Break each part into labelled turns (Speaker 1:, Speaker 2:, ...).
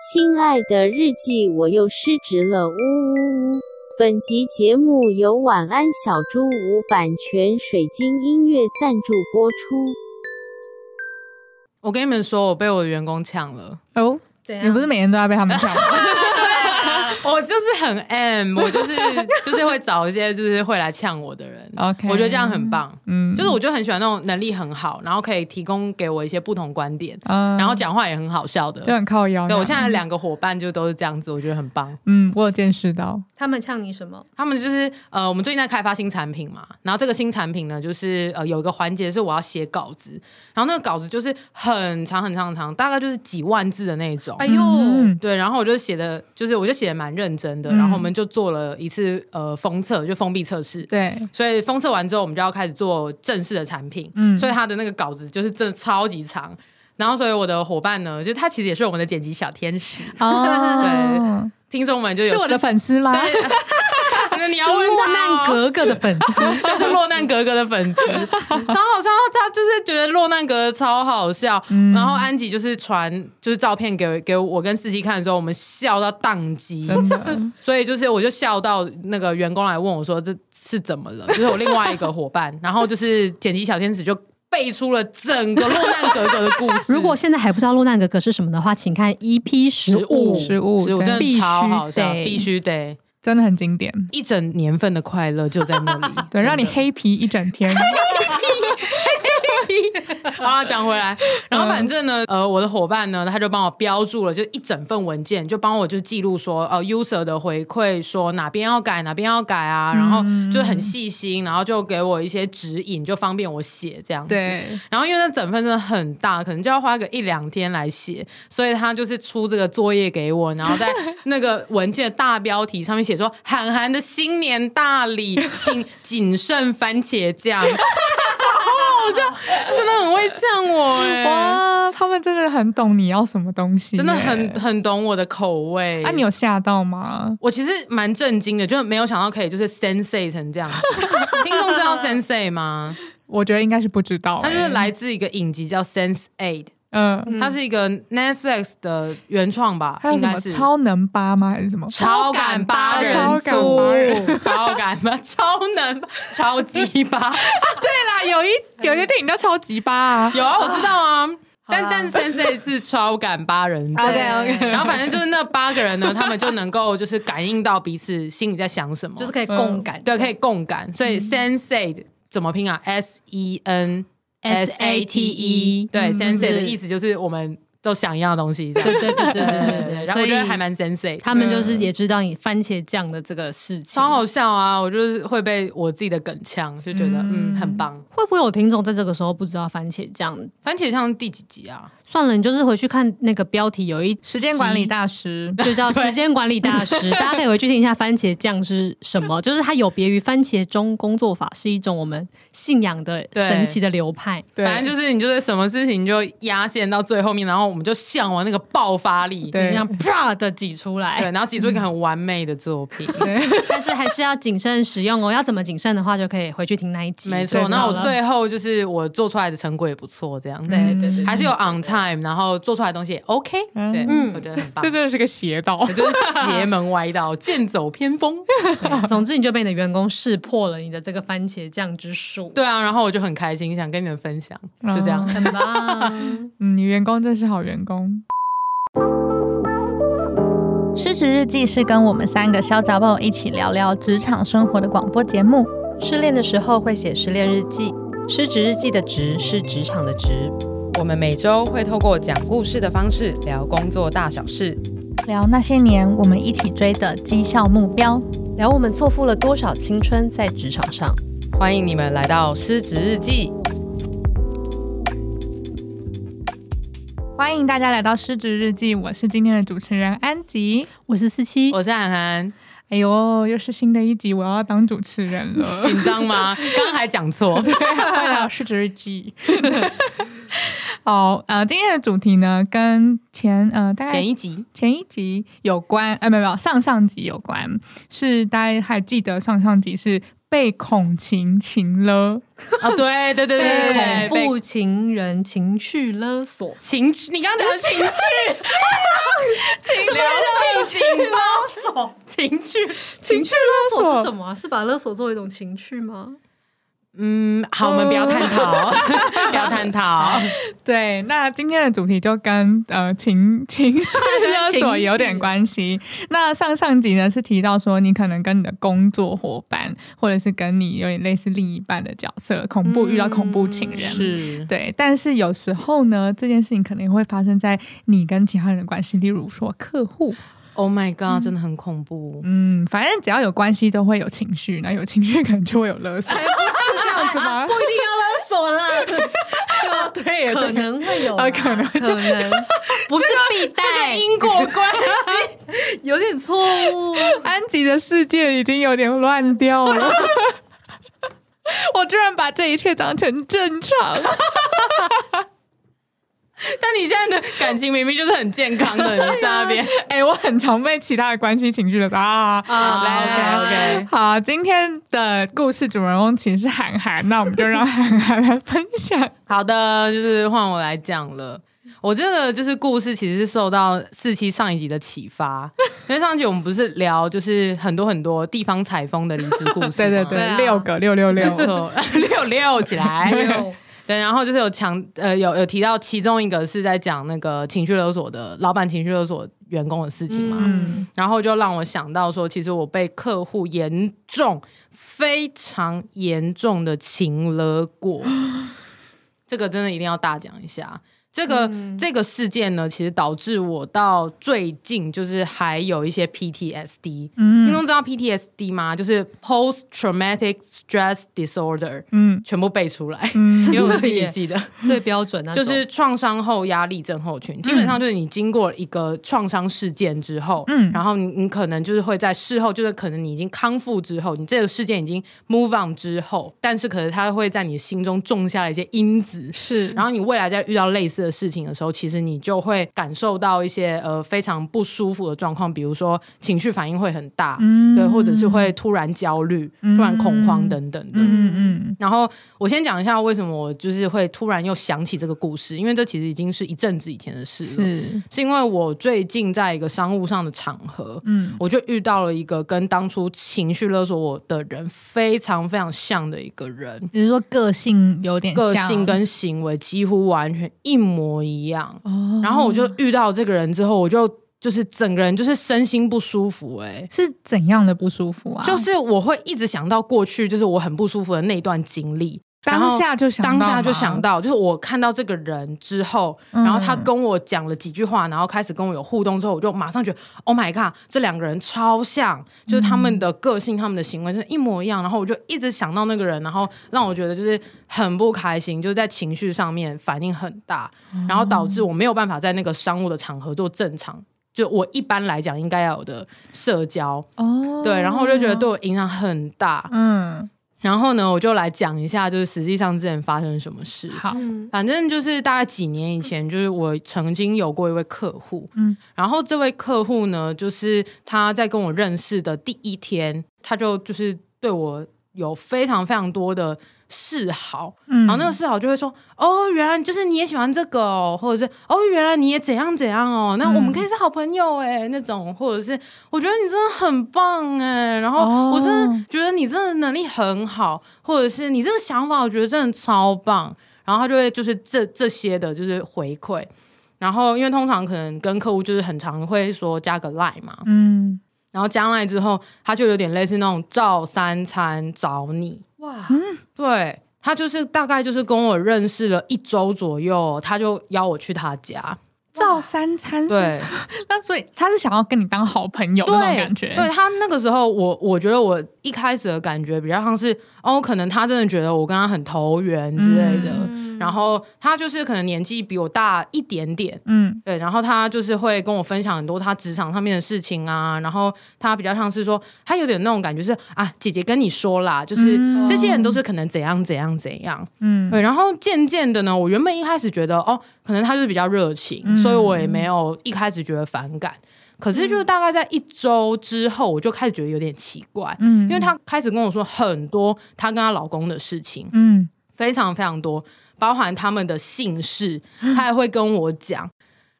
Speaker 1: 亲爱的日记，我又失职了，呜呜呜！本集节目由晚安小猪屋版权水晶音乐赞助播出。
Speaker 2: 我跟你们说，我被我的员工呛 了。
Speaker 3: 哦，
Speaker 2: 怎
Speaker 3: 你不是每天都要被他们抢吗？
Speaker 2: 我就是很 M，我 就是就是会找一些就是会来呛我的人。
Speaker 3: OK
Speaker 2: 我觉得这样很棒。
Speaker 3: 嗯，
Speaker 2: 就是我就很喜欢那种能力很好，然后可以提供给我一些不同观点，
Speaker 3: 嗯，
Speaker 2: 然后讲话也很好笑的。
Speaker 3: 就很靠腰。
Speaker 2: 对我现在两个伙伴就都是这样子，我觉得很棒。
Speaker 3: 嗯，我有见识到，
Speaker 4: 他们呛你什么？
Speaker 2: 他们就是呃，我们最近在开发新产品嘛，然后这个新产品呢，就是呃有一个环节是我要写稿子，然后那个稿子就是很长很长很长，大概就是几万字的那一种。
Speaker 4: 哎呦，
Speaker 3: 嗯
Speaker 2: 对，然后我就写的，就是我就写的蛮认真的，然后我们就做了一次呃封测，就封闭测试。
Speaker 3: 对，
Speaker 2: 所以封测完之后，我们就要开始做正式的产品。
Speaker 3: 嗯
Speaker 2: 所以他的那个稿子就是真的超级长。然后，所以我的伙伴呢，就他其实也是我们的剪辑小天使，
Speaker 3: 哦，
Speaker 2: 听众们就有
Speaker 3: 是我的粉丝吗？
Speaker 2: 丝，你要问落难格格的粉丝， 他是落难格格的粉丝，超好笑。他就是觉得落难格格超好笑，
Speaker 3: 嗯
Speaker 2: 然后安吉就是传就是照片给给我跟司机看的时候，我们笑到宕机。
Speaker 3: 真的，
Speaker 2: 所以就是，我就笑到那个员工来问我说这是怎么了，就是我另外一个伙伴， 然后就是剪辑小天使就背出了整个落难格格的故事。
Speaker 4: 如果现在还不知道落难格格是什么的话，请看 EP
Speaker 2: 食
Speaker 4: 十
Speaker 2: 物
Speaker 4: 五。
Speaker 3: 食物
Speaker 2: 食物
Speaker 3: 对
Speaker 2: 真
Speaker 4: 必
Speaker 2: 的
Speaker 4: 须
Speaker 2: 超好笑，
Speaker 4: 得
Speaker 2: 必须得
Speaker 3: 真的很经典，，
Speaker 2: 一整年份的快乐就在那里
Speaker 3: 对，让你
Speaker 2: 真的
Speaker 3: 黑皮一整天。
Speaker 2: 好啦，讲回来，然后反正呢，呃，我的伙伴呢，他就帮我标注了，就一整份文件，就帮我就记录说，呃，user 的回馈说哪边要改，哪边要改啊，然后就很细心，然后就给我一些指引，就方便我写这样子。
Speaker 3: 对，
Speaker 2: 然后因为那整份真的很大，可能就要花个一两天来写，所以他就是出这个作业给我，然 后在那个文件的大标题上面写说“韩寒的新年大礼，请谨慎番茄 酱”，超好笑，真的很会呛我哎、
Speaker 3: 哇，他们真的很懂你要什么东西耶，
Speaker 2: 真的很很懂我的口味。
Speaker 3: 啊，你有吓到吗？
Speaker 2: 我其实蛮震惊的，就是没有想到可以就是 sensei 成这样 子。听众知道 sensei 吗？
Speaker 3: 我觉得应该是不知道欸，
Speaker 2: 它就是来自一个影集叫 Sense Eight。
Speaker 3: 嗯，
Speaker 2: 它是一个 Netflix 的原创吧，
Speaker 3: 还有
Speaker 2: 应
Speaker 3: 什
Speaker 2: 该
Speaker 3: 么
Speaker 2: 是
Speaker 3: 超能扒吗？还是什么？
Speaker 2: 超感八人
Speaker 3: 超感八
Speaker 2: 组，
Speaker 3: 人
Speaker 2: 超感八，超能超级 八，
Speaker 3: 对啦，有一有一个电影叫《超级扒》啊，
Speaker 2: 有啊，我知道啊。但
Speaker 4: 好啦
Speaker 2: 但 Sensei 是超感 八人组，
Speaker 4: OK，OK
Speaker 2: 然后反正就是那八个人呢， 他们就能够就是感应到彼此心里在想什么，
Speaker 4: 就是可以嗯共感，
Speaker 2: 对，可以共感。所以 Sensei 怎么拼啊？S E N S A T E，对，Sensei
Speaker 4: 嗯
Speaker 2: 的意思就是我们都想要的东西，这样
Speaker 4: 对对对对对对对对，
Speaker 2: 然后
Speaker 4: 所
Speaker 2: 我
Speaker 4: 以
Speaker 2: 觉得还蛮 Sensei。
Speaker 4: 他们就是也知道你番茄酱的这个事情
Speaker 2: 超。好笑啊！我就是会被我自己的梗呛，就觉得嗯很棒。
Speaker 4: 会不会有听众在这个时候不知道番茄酱？
Speaker 2: 番茄酱第几集啊？
Speaker 4: 算了，你就是回去看那个标题，有一。
Speaker 3: 时间管理大师
Speaker 4: 就叫时间管理大师，大家可以回去听一下番茄酱是什么。就是它有别于番茄钟工作法，是一种我们信仰的
Speaker 2: 对
Speaker 4: 神奇的流派。
Speaker 3: 对，
Speaker 2: 反正就是你就是什么事情就压线到最后面，然后我们就向往那个爆发力，
Speaker 3: 对
Speaker 4: 就这样啪的挤出
Speaker 2: 对，
Speaker 4: 来，
Speaker 2: 然后挤出一个很完美的作品。
Speaker 4: 但是还是要谨慎使用哦。要怎么谨慎的话，就可以回去听那一集。
Speaker 2: 没
Speaker 4: 就知
Speaker 2: 错，
Speaker 4: 道
Speaker 2: 那我
Speaker 4: 了
Speaker 2: 最后就是我做出来的成果也不错，这样子
Speaker 5: 嗯
Speaker 4: 对对对，
Speaker 2: 还是有 on time，然后做出来的东西也 OK，
Speaker 3: 嗯
Speaker 2: 对，
Speaker 4: 嗯
Speaker 2: 我觉得很棒
Speaker 3: 这。真的是个邪道
Speaker 2: 我。就是邪门歪道，剑走偏锋。
Speaker 4: 总之，你就被你的员工识破了你的这个番茄酱之术。
Speaker 2: 对啊，然后我就很开心，想跟你们分享，就这样。
Speaker 3: 哦
Speaker 4: 很 棒，
Speaker 3: 嗯，你员工真是好员工。失职日记是跟我们三个小杂宝一起聊聊职场生活的广播节目。
Speaker 5: 失恋的时候会写失恋日记，失职日记的职是职场的职。
Speaker 2: 我们每周会透过讲故事的方式聊工作大小事，
Speaker 3: 聊那些年我们一起追的绩效目标。
Speaker 5: 聊我们错付了多少青春在职场上。
Speaker 2: 欢迎你们来到《失职日记》。
Speaker 3: 欢迎大家来到失职日记，我是今天的主持人安吉。
Speaker 4: 我是四七，
Speaker 2: 我是涵涵，
Speaker 3: 哎呦，又是新的一集，我要当主持人了。
Speaker 2: 紧张 吗？刚刚还讲错。
Speaker 3: 快聊失职日记。好，呃，今天的主题呢，跟前呃大概
Speaker 2: 前一集
Speaker 3: 前一集有关，呃，没有没有，上上集有关，是大家还记得上上集是被恐情情了，
Speaker 2: 啊，对对对对对，
Speaker 4: 被恐
Speaker 2: 被
Speaker 4: 怖情人情绪勒索。
Speaker 2: 情绪，你刚刚讲的情绪，情索情趣，
Speaker 4: 情绪
Speaker 3: 情绪
Speaker 4: 勒索
Speaker 3: 勒索
Speaker 4: 是什么啊、是把勒索作为一种情趣吗？
Speaker 2: 嗯，好，我们不要探讨， 不要探讨，
Speaker 3: 对，那今天的主题就跟呃情 情绪勒
Speaker 2: 情
Speaker 3: 索
Speaker 2: 绪
Speaker 3: 有点 关系。那上上集呢是提到说，你可能跟你的工作伙伴，或者是跟你有点类似另一半的角色，恐怖、遇到恐怖情人。
Speaker 2: 是
Speaker 3: 对，但是有时候呢，这件事情可能会发生在你跟其他人的关系，例如说客户，
Speaker 2: ，Oh my God，真的很恐怖。
Speaker 3: 嗯，反正只要有关系都会有情绪，那有情绪可能就会有勒
Speaker 4: 哎
Speaker 3: 索，是
Speaker 4: 啊
Speaker 3: 这样子吗？
Speaker 2: 不一定要勒索啦，
Speaker 3: 对，
Speaker 4: 可
Speaker 3: 对
Speaker 4: 能会有啦，
Speaker 3: 呃可能
Speaker 4: 可能不是必带，
Speaker 2: 因果关系。
Speaker 4: 有点错误。
Speaker 3: 安吉的世界已经有点乱掉 了。我居然把这一切当成正常，
Speaker 2: 但你现在的感情明明就是很健康的，你在那边
Speaker 3: 哎、我很常被其他的关系情绪的啊。
Speaker 4: 啊
Speaker 3: 来
Speaker 2: OK，OK
Speaker 3: 好，今天的故事主人公其实是韩寒，那我们就让韩寒来分 享。
Speaker 2: 好的，就是换我来讲了。我这个就是故事，其实是受到四期上一集的启发，因为上一集我们不是聊就是很多很多地方采风的离职故事吗，
Speaker 3: 对对
Speaker 4: 对啊
Speaker 3: 对，六个六六六
Speaker 2: 没，错， 六六起来，
Speaker 4: 有
Speaker 2: 对，然后就是有强呃有有提到其中一个是在讲那个情绪勒索的老板情绪勒索员工的事情嘛，
Speaker 3: 嗯，
Speaker 2: 然后就让我想到说，其实我被客户严重、非常严重的情勒过，这个真的一定要大讲一下。这个、这个事件呢，其实导致我到最近就是还有一些 PTSD。听
Speaker 3: 嗯
Speaker 2: 众知道 PTSD 吗？就是 Post Traumatic Stress Disorder，
Speaker 3: 嗯
Speaker 2: 全部背出来，
Speaker 3: 嗯
Speaker 2: 因为我是演戏的。
Speaker 4: 最标准那
Speaker 2: 就
Speaker 4: 种嗯
Speaker 2: 是创伤后压力症候群，基本上就是你经过一个创伤事件之后，
Speaker 3: 嗯
Speaker 2: 然后你你可能就是会在事后，就是可能你已经康复之后，你这个事件已经 move on 之后，但是可能它会在你心中种下了一些因子。
Speaker 4: 是，
Speaker 2: 然后你未来在遇到类似的事情的时候，其实你就会感受到一些呃非常不舒服的状况，比如说情绪反应会很大，
Speaker 3: 嗯
Speaker 2: 对，或者是会突然焦虑、
Speaker 4: 嗯
Speaker 2: 突然恐慌等等的。
Speaker 3: 嗯嗯
Speaker 2: 然后我先讲一下为什么我就是会突然又想起这个故事，因为这其实已经是一阵子以前的事
Speaker 3: 嗯，
Speaker 2: 了。
Speaker 3: 是，
Speaker 2: 是因为我最近在一个商务上的场合，
Speaker 3: 嗯
Speaker 2: 我就遇到了一个跟当初情绪勒索我的人非常非常像的一个人，
Speaker 3: 只是说个性有点
Speaker 2: 个
Speaker 3: 像
Speaker 2: 性跟行为几乎完全一模一样。
Speaker 3: 哦
Speaker 2: 然后我就遇到这个人之后，我就就是整个人就是身心不舒服、欸，
Speaker 3: 是怎样的不舒服啊？
Speaker 2: 就是我会一直想到过去，就是我很不舒服的那段经历，然后
Speaker 3: 当下就想到
Speaker 2: 当
Speaker 3: 吗，
Speaker 2: 下就想到，就是我看到这个人之后，
Speaker 3: 嗯
Speaker 2: 然后他跟我讲了几句话，然后开始跟我有互动之后，我就马上觉得，Oh my god，这两个人超像，就是他们的个性、他们的行为是一模一样。然后我就一直想到那个人，然后让我觉得就是很不开心，就是在情绪上面反应很大，然后导致我没有办法在那个商务的场合做正常。就我一般来讲应该要有的社交，
Speaker 3: 哦，
Speaker 2: 对，然后我就觉得对我影响很大。
Speaker 3: 嗯，
Speaker 2: 然后呢，我就来讲一下，就是实际上之前发生什么事。
Speaker 3: 好，
Speaker 4: 嗯
Speaker 2: 反正就是大概几年以前，就是我曾经有过一位客户，
Speaker 3: 嗯
Speaker 2: 然后这位客户呢，就是他在跟我认识的第一天，他就就是对我有非常非常多的示好，
Speaker 3: 嗯，
Speaker 2: 然后那个示好就会说，哦，原来就是你也喜欢这个哦，或者是哦，原来你也怎样怎样哦，那我们可以是好朋友哎、那种，或者是我觉得你真的很棒哎、然后
Speaker 3: 哦
Speaker 2: 我真的觉得你真的能力很好，或者是你这个想法我觉得真的超棒，然后他就会就是这这些的就是回馈。然后，因为通常可能跟客户就是很常会说加个 line 嘛，
Speaker 3: 嗯
Speaker 2: 然后加 line 之后，他就有点类似那种照三餐找你，
Speaker 4: 哇，
Speaker 2: 对他就是大概就是跟我认识了一周左右，他就邀我去他家，
Speaker 3: 照三餐
Speaker 2: 对
Speaker 3: 是，那所以他是想要跟你当好朋友那种
Speaker 2: 对
Speaker 3: 感觉，
Speaker 2: 对他那个时候我我觉得我一开始的感觉比较像是哦，可能他真的觉得我跟他很投缘之类的，
Speaker 3: 嗯
Speaker 2: 然后他就是可能年纪比我大一点点。
Speaker 3: 嗯
Speaker 2: 对，然后他就是会跟我分享很多他职场上面的事情啊，然后他比较像是说，他有点那种感觉是啊，姐姐跟你说啦，就是、
Speaker 3: 嗯
Speaker 2: 这些人都是可能怎样怎样怎样，
Speaker 3: 嗯
Speaker 2: 对，然后渐渐的呢，我原本一开始觉得哦，可能他就是比较热情，
Speaker 3: 嗯
Speaker 2: 所以我也没有一开始觉得反感。可是就是大概在一周之后，我就开始觉得有点奇怪，
Speaker 3: 嗯，
Speaker 2: 因为她开始跟我说很多她跟她老公的事情，
Speaker 3: 嗯
Speaker 2: 非常非常多，包含他们的姓 氏，她也会跟我讲。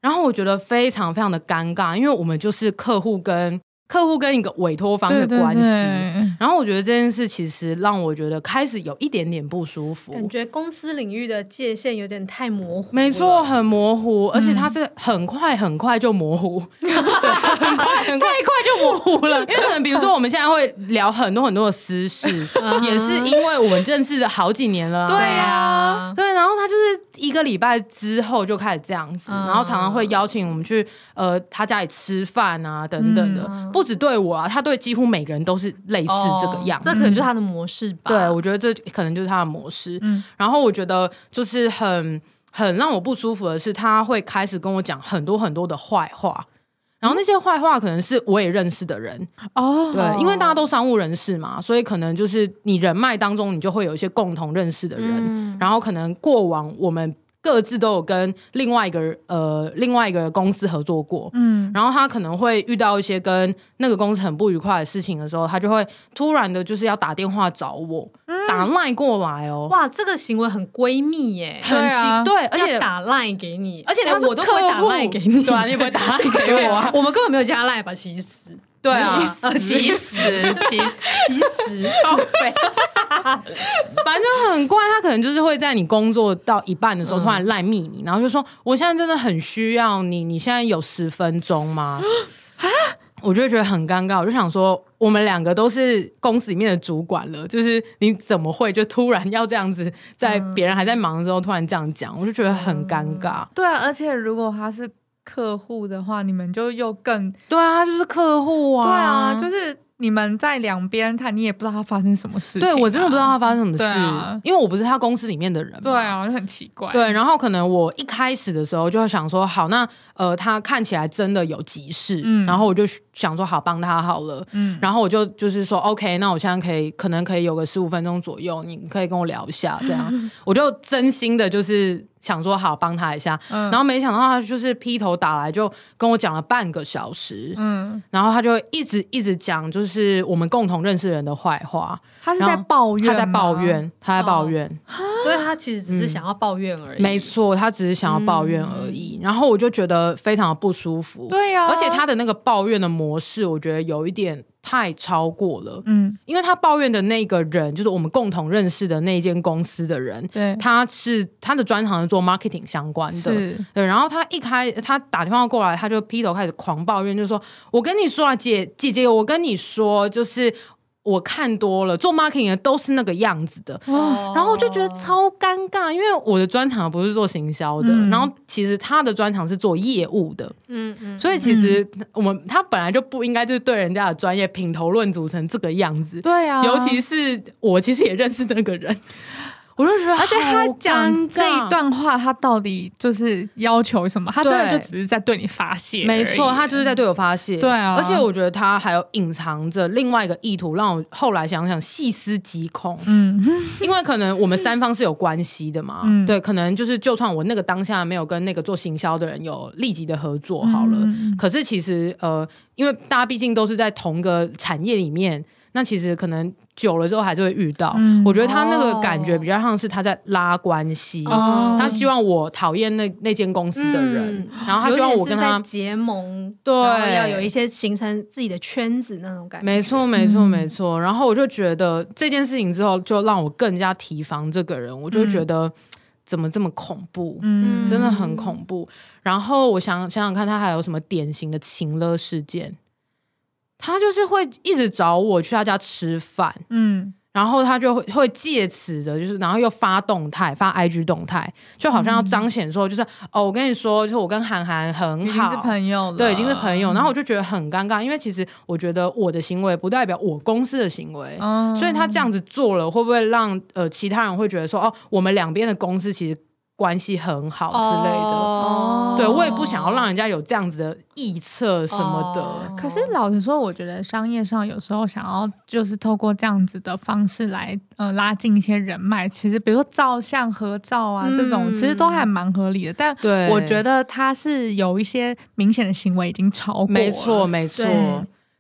Speaker 2: 然后我觉得非常非常的尴尬，因为我们就是客户跟客户跟一个委托方的
Speaker 3: 对对
Speaker 2: 关系。
Speaker 3: 对，
Speaker 2: 然后我觉得这件事其实让我觉得开始有一点点不舒服，
Speaker 4: 感觉公司领域的界限有点太模糊。
Speaker 2: 没错，，很模糊，而且它是很快很快就模糊， 对很快很快
Speaker 4: 太快就模糊 了。
Speaker 2: 因为可能比如说我们现在会聊很多很多的私事，也是因为我们认识了好几年了啊、
Speaker 3: 对
Speaker 4: 啊，
Speaker 2: 对，然后他就是一个礼拜之后就开始这样子，
Speaker 4: 嗯
Speaker 2: 然后常常会邀请我们去呃他家里吃饭啊等等的，不只对我啊，他对几乎每个人都是类似这
Speaker 5: 哦
Speaker 2: 个样子。
Speaker 4: 哦这可能就是他的模式吧。
Speaker 2: 对，我觉得这可能就是他的模式。
Speaker 3: 嗯
Speaker 2: 然后我觉得就是很很让我不舒服的是，他会开始跟我讲很多很多的坏话。然后那些坏话可能是我也认识的人，
Speaker 3: 哦，
Speaker 2: 对，因为大家都商务人士嘛，所以可能就是你人脉当中，你就会有一些共同认识的人，
Speaker 3: 嗯
Speaker 2: 然后可能过往我们各自都有跟另外一个呃另外一个公司合作过，
Speaker 3: 嗯，
Speaker 2: 然后他可能会遇到一些跟那个公司很不愉快的事情的时候，他就会突然的就是要打电话找我，打赖过来
Speaker 4: 嗯
Speaker 2: 哦，
Speaker 4: 哇，这个行为很闺蜜耶，
Speaker 2: 很
Speaker 3: 对
Speaker 2: 奇、
Speaker 3: 啊
Speaker 2: 对， 而且
Speaker 4: 要打赖给你，
Speaker 2: 而且
Speaker 4: 哎
Speaker 2: 他是
Speaker 4: 我都不会
Speaker 2: 客
Speaker 4: 打
Speaker 2: 户
Speaker 4: 赖给你，
Speaker 2: 对啊，你也不会打赖
Speaker 4: ，
Speaker 2: 给我啊
Speaker 4: 我们根本没有加赖吧？其实，
Speaker 2: 对啊，呃
Speaker 4: 呃 其实，其实，其实，
Speaker 2: 反正很怪，他可能就是会在你工作到一半的时候
Speaker 3: 嗯
Speaker 2: 突然赖密你，然后就说：“我现在真的很需要你，你现在有十分钟 吗？”啊我就会觉得很尴尬，我就想说，我们两个都是公司里面的主管了，就是你怎么会就突然要这样子，在别人还在忙的时候突然这样讲，我就觉得很尴尬。
Speaker 3: 对啊，而且如果他是客户的话，你们就又更
Speaker 2: 对啊，他就是客户
Speaker 3: 对啊，
Speaker 2: 啊，
Speaker 3: 就是是你们在两边看，你也不知道他发生什么事情啊、
Speaker 2: 对我真的不知道他发生什么事，
Speaker 3: 对啊
Speaker 2: 因为我不是他公司里面的人嘛。
Speaker 3: 对啊，就很奇怪。
Speaker 2: 对，然后可能我一开始的时候就会想说，好，那呃，他看起来真的有急事，
Speaker 3: 嗯
Speaker 2: 然后我就想说，好，帮他好了。
Speaker 3: 嗯，
Speaker 2: 然后我就就是说，OK，那我现在可以可能可以有个十五分钟左右，你可以跟我聊一下，这样， 我就真心的就是想说好帮他一下，
Speaker 3: 嗯
Speaker 2: 然后没想到他就是劈头打来就跟我讲了半个小时，
Speaker 3: 嗯，
Speaker 2: 然后他就一直一直讲就是我们共同认识的人的坏话，
Speaker 3: 他是
Speaker 2: 然
Speaker 3: 在
Speaker 2: 后
Speaker 3: 抱怨，嗯
Speaker 2: 他在抱，怨，他在抱
Speaker 4: 哦
Speaker 2: 怨，
Speaker 4: 所以他其实只是想要抱怨而已。
Speaker 2: 没错，他只是想要抱怨而已。然后我就觉得非常的不舒服，、
Speaker 3: 嗯对呀、啊，
Speaker 2: 而且他的那个抱怨的模式，我觉得有一点太超过了，
Speaker 3: 嗯，
Speaker 2: 因为他抱怨的那个人，就是我们共同认识的那间公司的人，
Speaker 3: 对，
Speaker 2: 他是他的专长是做 marketing 相关的，
Speaker 3: 是
Speaker 2: 对，然后他一开他打电话过来，他就劈头开始狂抱怨，就说：“我跟你说啊，姐姐姐，我跟你说，就是我看多了，做 marketing 的都是那个样子的。
Speaker 4: 哦，
Speaker 2: 然后我就觉得超尴尬，因为我的专长不是做行销的，
Speaker 3: 嗯
Speaker 2: 然后其实他的专长是做业务的，
Speaker 4: 嗯嗯，
Speaker 2: 所以其实我们他本来就不应该就是对人家的专业品头论足成这个样子，
Speaker 3: 对啊，
Speaker 2: 尤其是我其实也认识那个人，我就觉得
Speaker 3: 而且他
Speaker 2: 好
Speaker 3: 讲
Speaker 2: 尴
Speaker 3: 这
Speaker 2: 尬
Speaker 3: 一。段话，他到底就是要求什么？他真的
Speaker 2: 对
Speaker 3: 就只是在对你发泄，
Speaker 2: 没错，他就是在对我发泄。
Speaker 3: 对啊
Speaker 2: 而且我觉得他还有隐藏着另外一个意图，让我后来想想细思极恐。
Speaker 3: 嗯，
Speaker 2: 因为可能我们三方是有关系的嘛，
Speaker 3: 嗯
Speaker 2: 对，可能就是就算我那个当下没有跟那个做行销的人有立即的合作好了，
Speaker 3: 嗯
Speaker 2: 可是其实呃，因为大家毕竟都是在同个产业里面，那其实可能久了之后还是会遇到。
Speaker 3: 嗯
Speaker 2: 我觉得他那个
Speaker 4: 哦
Speaker 2: 感觉比较像是他在拉关系。
Speaker 3: 嗯
Speaker 4: 哦
Speaker 2: 他希望我讨厌那那间公司的
Speaker 4: 嗯
Speaker 2: 人，然后他希望我跟
Speaker 4: 有
Speaker 2: 他
Speaker 4: 点是在结盟，
Speaker 2: 对
Speaker 4: 然后要有一些形成自己的圈子那种感觉。
Speaker 2: 没错，没错，
Speaker 3: 嗯
Speaker 2: 没错。然后我就觉得这件事情之后，就让我更加提防这个人。我就觉得、怎么这么恐怖，
Speaker 3: 嗯
Speaker 2: 真的很恐怖。然后我想想想看，他还有什么典型的情勒事件？他就是会一直找我去他家吃饭，
Speaker 3: 嗯
Speaker 2: 然后他就会会借此的，就是然后又发动态，发 IG 动态，就好像要彰显说，就是、哦，我跟你说，就是我跟韩寒很
Speaker 3: 嗯已经
Speaker 2: 好，
Speaker 3: 是朋友了，
Speaker 2: 对，已经是朋友。然后我就觉得很尴尬，因为其实我觉得我的行为不代表我公司的行为，
Speaker 3: 嗯，
Speaker 2: 所以他这样子做了，会不会让呃其他人会觉得说，哦，我们两边的公司其实关系很好之类的？
Speaker 4: 哦
Speaker 2: 对我也不想要让人家有这样子的臆测什么的。
Speaker 4: 哦
Speaker 3: 可是老实说，我觉得商业上有时候想要就是透过这样子的方式来呃拉近一些人脉，其实比如说照相、合照啊、
Speaker 4: 嗯
Speaker 3: 这种，其实都还蛮合理的。但
Speaker 2: 对
Speaker 3: 我觉得他是有一些明显的行为已已经超过了，
Speaker 2: 没错，没错
Speaker 4: 对，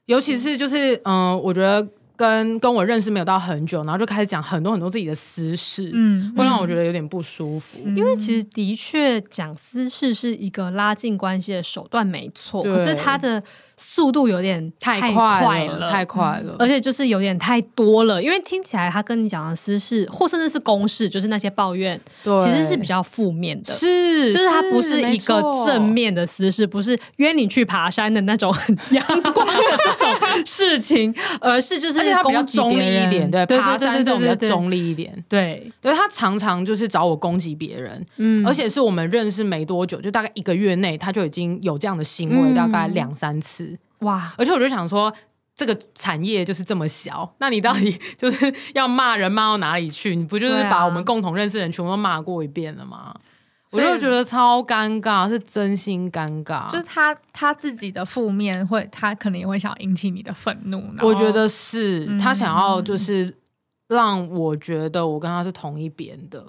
Speaker 2: 尤其是就是嗯、呃我觉得跟跟我认识没有到很久，然后就开始讲很多很多自己的私事，
Speaker 3: 嗯，
Speaker 2: 会让我觉得有点不舒服。
Speaker 3: 嗯，
Speaker 4: 因为其实的确讲私事是一个拉近关系的手段，没错。
Speaker 2: 对
Speaker 4: 可是它的速度有点
Speaker 2: 快
Speaker 4: 快
Speaker 2: 了，太快
Speaker 3: 嗯
Speaker 2: 了，
Speaker 4: 而且就是有点太多了。因为听起来他跟你讲的私事，或甚至是公事，就是那些抱怨，
Speaker 2: 对
Speaker 4: 其实是比较负面的。
Speaker 2: 是，
Speaker 4: 就是它不是一个
Speaker 2: 没错
Speaker 4: 正面的私事，不是约你去爬山的那种很阳光的这种事情，而是就是
Speaker 2: 而且他比较
Speaker 4: 攻击
Speaker 2: 中
Speaker 4: 别
Speaker 2: 立一
Speaker 4: 人
Speaker 2: 点，对，
Speaker 4: 对
Speaker 2: 爬
Speaker 4: 对
Speaker 2: 山
Speaker 4: 对
Speaker 2: 这种比
Speaker 4: 对
Speaker 2: 较
Speaker 4: 对
Speaker 2: 中立一点。
Speaker 4: 对，
Speaker 2: 对他常常就是找我攻击别人，
Speaker 4: 嗯
Speaker 2: 而且是我们认识没多久，就大概一个月内，他就已经有这样的行为，
Speaker 4: 嗯
Speaker 2: 大概两三次。
Speaker 4: 哇，
Speaker 2: 而且我就想说，这个产业就是这么小，那你到底 就是要骂人骂到哪里去？你不就是
Speaker 4: 对啊
Speaker 2: 把我们共同认识的人全部都骂过一遍了吗？我
Speaker 3: 所以
Speaker 2: 就觉得超尴尬，是真心尴尬。
Speaker 3: 就是他他自己的负面会，他可能也会想引起你的愤怒。然后
Speaker 2: 我觉得是、
Speaker 3: 嗯
Speaker 2: 他想要就是让我觉得我跟他是同一边的。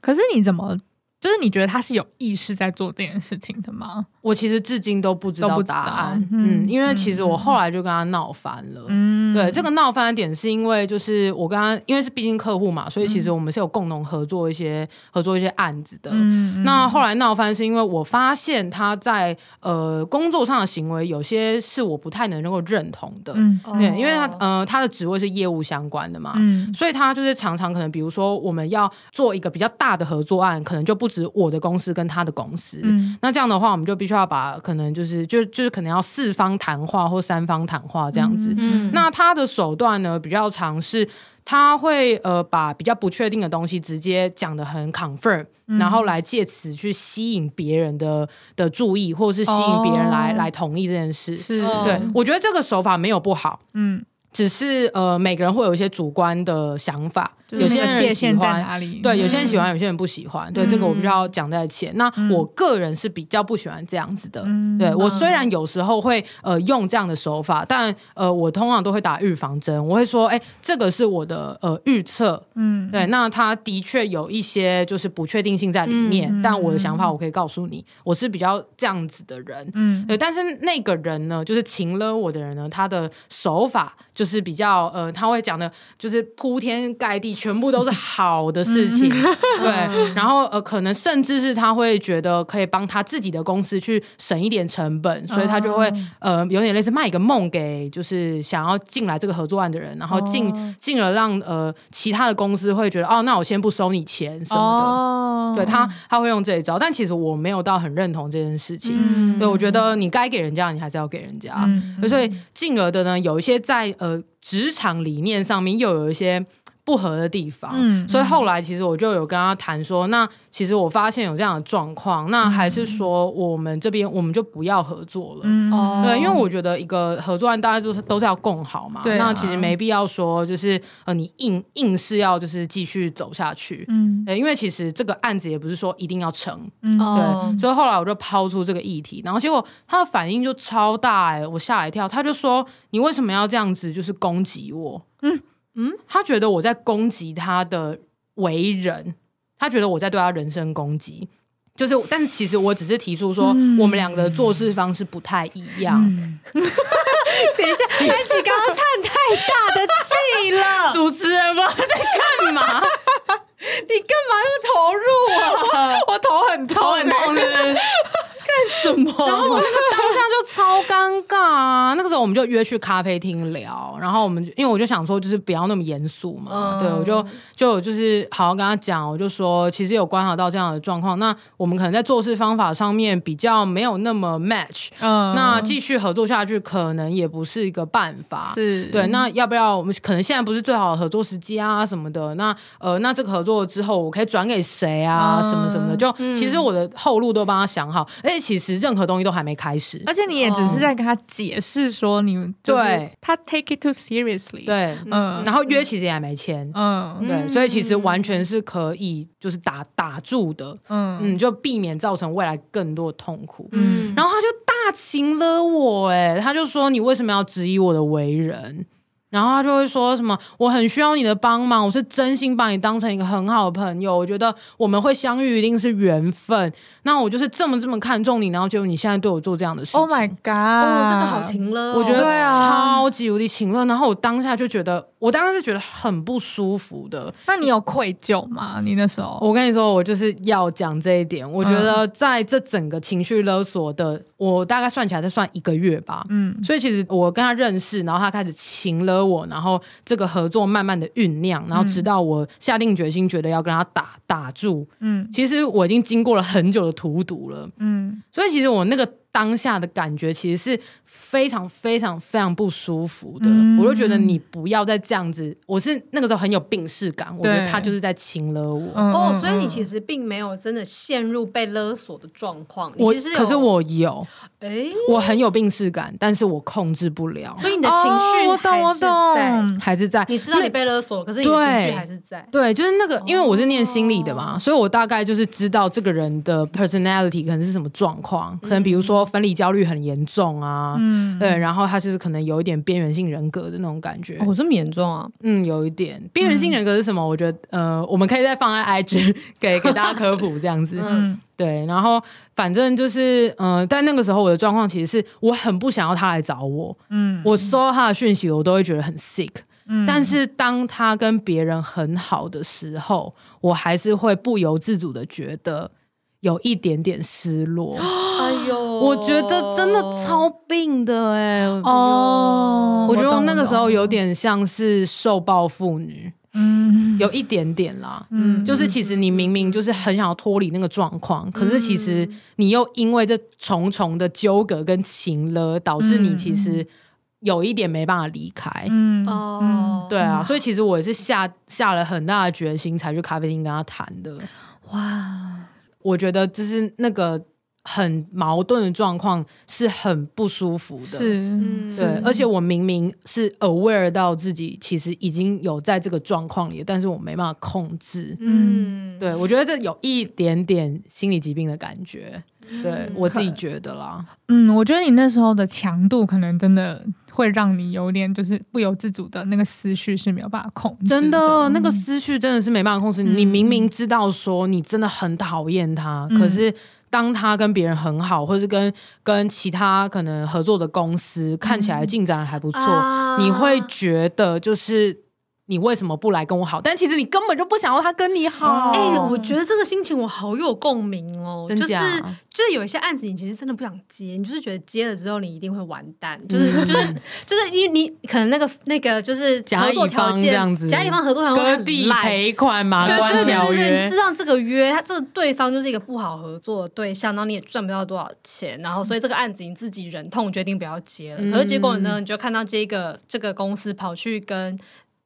Speaker 3: 可是你怎么，就是你觉得他是有意识在做这件事情的吗？
Speaker 2: 我其实至今都不知
Speaker 3: 都
Speaker 2: 道
Speaker 3: 不知
Speaker 2: 答
Speaker 3: 道
Speaker 2: 案，
Speaker 3: 嗯
Speaker 2: 嗯，因为其实我
Speaker 3: 嗯
Speaker 2: 后来就跟他闹翻了。
Speaker 3: 嗯，
Speaker 2: 对，这个闹翻的点是因为就是我跟他，因为是毕竟客户嘛，所以其实我们是有共同合作一些合作一些案子的。
Speaker 3: 嗯嗯，嗯
Speaker 2: 那后来闹翻是因为我发现他在呃工作上的行为有些是我不太能够认同的，
Speaker 3: 嗯
Speaker 2: 对，因为他呃他的职位是业务相关的嘛，
Speaker 3: 嗯
Speaker 2: 所以他就是常常可能，比如说我们要做一个比较大的合作案，可能就不止我的公司跟他的公司。
Speaker 3: 嗯
Speaker 2: 那这样的话，我们就必须要把可能就是就就是可能要四方谈话或三方谈话这样子。
Speaker 4: 嗯
Speaker 2: 那他的手段呢比较常是，他会呃把比较不确定的东西直接讲的很 confirm，、
Speaker 3: 嗯
Speaker 2: 然后来借此去吸引别人的的注意，或是吸引别人来、
Speaker 3: 哦
Speaker 2: 来同意这件事。
Speaker 3: 是
Speaker 5: 哦
Speaker 3: 哦
Speaker 4: 嗯
Speaker 2: 对，我觉得这个手法没有不好，
Speaker 3: 嗯，
Speaker 2: 只是呃，每个人会有一些主观的想法，
Speaker 3: 就是
Speaker 2: 有些
Speaker 3: 那个界
Speaker 2: 人喜
Speaker 3: 限在
Speaker 2: 欢，
Speaker 3: 哪里？
Speaker 2: 对，有
Speaker 3: 嗯
Speaker 2: 些人喜欢，有些人不喜欢，对，
Speaker 3: 嗯
Speaker 2: 这个我必须要讲在前。那
Speaker 3: 嗯
Speaker 2: 我个人是比较不喜欢这样子的，
Speaker 3: 嗯
Speaker 2: 对我虽然有时候会呃用这样的手法，但呃，我通常都会打预防针，我会说，哎，这个是我的呃预测，
Speaker 3: 嗯
Speaker 2: 对，那它的确有一些就是不确定性在里面，
Speaker 3: 嗯
Speaker 2: 但我的想法我可以告诉你，我是比较这样子的人，
Speaker 3: 嗯
Speaker 2: 对，但是那个人呢，就是擒了我的人呢，他的手法就是比较呃，他会讲的，就是铺天盖地，全部都是好的事情，对。然后呃，可能甚至是他会觉得可以帮他自己的公司去省一点成本，所以他就会、呃，有点类似卖一个梦给就是想要进来这个合作案的人，然后进、进而让呃其他的公司会觉得哦，那我先不收你钱什么的。
Speaker 3: 哦
Speaker 2: 对他，他会用这一招，但其实我没有到很认同这件事情。
Speaker 3: 嗯
Speaker 2: 对，我觉得你该给人家，你还是要给人家。
Speaker 3: 嗯
Speaker 2: 所以进而的呢，有一些在呃职场理念上面又有一些不合的地方。
Speaker 3: 嗯
Speaker 2: 所以后来其实我就有跟他谈说，那其实我发现有这样的状况，那还是说我们这边我们就不要合作了。
Speaker 3: 嗯
Speaker 4: 哦
Speaker 2: 对，因为我觉得一个合作案大家就是都是要共好嘛，
Speaker 3: 对啊
Speaker 2: 那其实没必要说就是呃你硬硬是要就是继续走下去，
Speaker 3: 嗯
Speaker 2: 对，因为其实这个案子也不是说一定要成，
Speaker 3: 嗯
Speaker 4: 哦
Speaker 2: 对，所以后来我就抛出这个议题，然后结果他的反应就超大哎、我吓一跳，他就说你为什么要这样子，就是攻击我？
Speaker 3: 嗯
Speaker 2: 嗯嗯，他觉得我在攻击他的为人，他觉得我在对他人身攻击。就是，但是其实我只是提出说，
Speaker 3: 嗯
Speaker 2: 我们两个的做事方式不太一样。
Speaker 3: 嗯
Speaker 4: 等一下，安琪刚刚叹太大的气了，
Speaker 2: 主持人不知道在干嘛，
Speaker 4: 你干嘛又投入啊？
Speaker 3: 我头很
Speaker 2: 头
Speaker 3: 痛
Speaker 2: 很痛是不是？
Speaker 4: 什么？
Speaker 2: 然后我那个当下就超尴尬啊！那个时候我们就约去咖啡厅聊，然后我们就因为我就想说，就是不要那么严肃嘛，
Speaker 4: 嗯
Speaker 2: 对我就就就是好好跟他讲，我就说其实有观察到这样的状况，那我们可能在做事方法上面比较没有那么 match，、
Speaker 3: 嗯
Speaker 2: 那继续合作下去可能也不是一个办法，
Speaker 3: 是
Speaker 2: 对，那要不要我们可能现在不是最好的合作时机啊什么的？那呃，那这个合作之后，我可以转给谁啊？
Speaker 3: 嗯
Speaker 2: 什么什么的，就、其实我的后路都帮他想好，而且其实任何东西都还没开始。
Speaker 3: 而且你也只
Speaker 5: 哦
Speaker 3: 是在跟他解释说你就是
Speaker 2: 对
Speaker 3: 他 take it too seriously，，
Speaker 2: 对，
Speaker 3: 嗯
Speaker 2: 然后约其实也还没签，
Speaker 3: 嗯
Speaker 2: 对，所以其实完全是可以就是打打住的，
Speaker 3: 嗯
Speaker 2: 嗯，就避免造成未来更多的痛苦。
Speaker 3: 嗯
Speaker 2: 然后他就大情了我、欸，哎，他就说你为什么要质疑我的为人？然后他就会说什么我很需要你的帮忙，我是真心把你当成一个很好的朋友，我觉得我们会相遇一定是缘分。那我就是这么这么看重你，然后结果你现在对我做这样的事情。
Speaker 3: Oh my god！
Speaker 5: 哦，真的好情了哦，
Speaker 2: 我觉得
Speaker 3: 对啊
Speaker 2: 超级无敌情乐，然后我当下就觉得，我当时是觉得很不舒服的。
Speaker 3: 那你有愧疚吗？你那时候
Speaker 2: 我跟你说，我就是要讲这一点。我觉得
Speaker 3: 嗯
Speaker 2: 在这整个情绪勒索的，我大概算起来就算一个月吧。
Speaker 3: 嗯，
Speaker 2: 所以其实我跟他认识，然后他开始情了我，然后这个合作慢慢的酝酿，然后直到我下定决心，觉得要跟他打打住。
Speaker 3: 嗯
Speaker 2: 其实我已经经过了很久的荼毒了，
Speaker 3: 嗯，
Speaker 2: 所以其实我那个当下的感觉其实是非常非常非常不舒服的。
Speaker 3: 嗯
Speaker 2: 我就觉得你不要再这样子，我是那个时候很有病视感，我觉得
Speaker 3: 对
Speaker 2: 他就是在情了我。
Speaker 3: 嗯
Speaker 5: 哦，
Speaker 3: 嗯
Speaker 5: 所以你其
Speaker 3: 嗯
Speaker 5: 实并没有真的陷入被勒索的状况，你
Speaker 2: 我
Speaker 5: 其实
Speaker 2: 可是
Speaker 5: 有，
Speaker 2: 我有，
Speaker 5: 哎，
Speaker 2: 我很有病视感，但是我控制不了，
Speaker 5: 所以你的情
Speaker 3: 哦
Speaker 5: 绪
Speaker 3: 我懂
Speaker 5: 还
Speaker 3: 我
Speaker 5: 是在，
Speaker 3: 懂，
Speaker 2: 还是在
Speaker 5: 你知道
Speaker 2: 那
Speaker 5: 你被勒索了，可是你的情绪
Speaker 2: 对
Speaker 5: 还是在。
Speaker 2: 对，就是那个，因为我是念心理的嘛，
Speaker 5: 哦
Speaker 2: 所以我大概就是知道这个人的 personality 可能是什么状况，
Speaker 5: 嗯
Speaker 2: 可能比如说分离焦虑很严重啊，
Speaker 3: 嗯
Speaker 2: 对，然后他就是可能有一点边缘性人格的那种感觉，
Speaker 4: 哦，这么严重啊！
Speaker 2: 嗯，有一点边缘性人格是什么？我觉得呃，我们可以再放在 IG 给给大家科普这样子，
Speaker 3: 嗯
Speaker 2: 对，然后反正就是呃，但那个时候我的状况其实是我很不想要他来找我，
Speaker 3: 嗯，
Speaker 2: 我收到他的讯息我都会觉得很 sick。
Speaker 3: 嗯
Speaker 2: 但是当他跟别人很好的时候，我还是会不由自主的觉得有一点点失落。
Speaker 3: 哦
Speaker 5: 哎呦，
Speaker 2: 我觉得真的超病的哎、
Speaker 3: 哦，
Speaker 2: 我觉得我
Speaker 3: 懂
Speaker 2: 那个时候有，
Speaker 3: 懂
Speaker 2: 点像是受暴妇女，
Speaker 3: 嗯，
Speaker 2: 有一点点啦。
Speaker 3: 嗯，
Speaker 2: 就是其实你明明就是很想要脱离那个状况，可是其实
Speaker 3: 嗯
Speaker 2: 你又因为这重重的纠葛跟情了，导致你其实有一点没办法离开。
Speaker 3: 嗯
Speaker 5: 哦，
Speaker 2: 对啊，所以其实我也是下下了很大的决心才去咖啡厅跟他谈的。
Speaker 3: 嗯哇，
Speaker 2: 我觉得就是那个很矛盾的状况是很不舒服的。
Speaker 3: 是，
Speaker 5: 嗯，
Speaker 2: 对，而且我明明是 aware 到自己其实已经有在这个状况里，但是我没办法控制。
Speaker 5: 嗯，
Speaker 2: 对，我觉得这有一点点心理疾病的感觉，
Speaker 5: 嗯
Speaker 2: 对我自己觉得啦。
Speaker 3: 嗯，我觉得你那时候的强度可能真的会让你有点就是不由自主的那个思绪是没有办法控制，
Speaker 2: 真的，那个思绪真的是没办法控制。
Speaker 3: 嗯
Speaker 2: 你明明知道说你真的很讨厌他，
Speaker 3: 嗯
Speaker 2: 可是当他跟别人很好，或是跟跟其他可能合作的公司看起来进展还不错，
Speaker 5: 啊
Speaker 2: 你会觉得就是你为什么不来跟我好？但其实你根本就不想要他跟你好。
Speaker 5: 哎、
Speaker 3: 哦
Speaker 5: 我觉得这个心情我好有共鸣哦，
Speaker 2: 真
Speaker 5: 就是
Speaker 2: 假
Speaker 5: 就是有一些案子，你其实真的不想接，你就是觉得接了之后你一定会完蛋，
Speaker 2: 嗯
Speaker 5: 就是、就是就是你你可能那个那个就是
Speaker 2: 甲
Speaker 5: 合作
Speaker 2: 乙方
Speaker 5: 条件
Speaker 2: 这样子
Speaker 5: 甲乙方合作条件
Speaker 2: 割
Speaker 5: 很
Speaker 2: 地
Speaker 5: 烂
Speaker 2: 赔款嘛，
Speaker 5: 对
Speaker 2: 关
Speaker 5: 对
Speaker 2: 条
Speaker 5: 对对对，
Speaker 2: 约
Speaker 5: 就是。让这个约，他这个对方就是一个不好合作的对象，然后你也赚不到多少钱，然后所以这个案子你自己忍痛决定不要接了。
Speaker 2: 嗯
Speaker 5: 可是结果呢，你就看到这个这个公司跑去跟。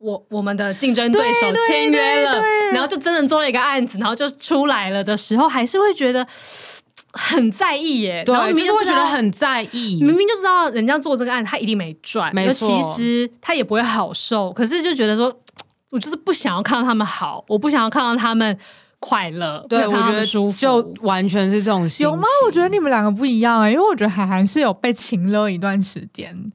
Speaker 5: 我我们的竞争对手签约了，然后就真的做了一个案子，然后就出来了的时候，还是会觉得很在意耶。然后
Speaker 2: 对，
Speaker 5: 明
Speaker 2: 就是
Speaker 5: 明就嗯
Speaker 2: 会
Speaker 5: 知
Speaker 2: 觉得
Speaker 5: 道
Speaker 2: 很在意，
Speaker 5: 明明就知道人家做这个案子他一定没赚，
Speaker 2: 没
Speaker 5: 那
Speaker 2: 错
Speaker 5: 其实他也不会好受，可是就觉得说，我就是不想要看到他们好，我不想要看到他们快乐，
Speaker 2: 对，
Speaker 5: 不
Speaker 2: 我
Speaker 5: 想看到
Speaker 2: 觉
Speaker 5: 他们
Speaker 2: 得
Speaker 5: 舒服。
Speaker 2: 就完全是这种心情。
Speaker 3: 有吗？我觉得你们两个不一样啊、因为我觉得海涵是有被情勒一段时间。